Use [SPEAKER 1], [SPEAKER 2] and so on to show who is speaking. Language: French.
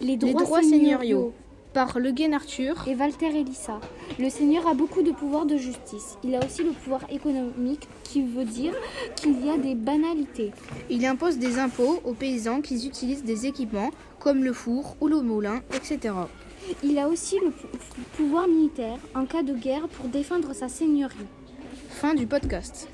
[SPEAKER 1] les droits,
[SPEAKER 2] droits
[SPEAKER 1] seigneuriaux
[SPEAKER 2] seigneuriaux. Par Le Guin Arthur,
[SPEAKER 1] et Walter Elissa. Le seigneur a beaucoup de pouvoir de justice. Il a aussi le pouvoir économique qui veut dire qu'il y a des banalités.
[SPEAKER 2] il impose des impôts aux paysans qui utilisent des équipements comme le four ou le moulin, etc.
[SPEAKER 1] Il a aussi le pou- pouvoir militaire en cas de guerre pour défendre sa seigneurie.
[SPEAKER 2] Fin du podcast.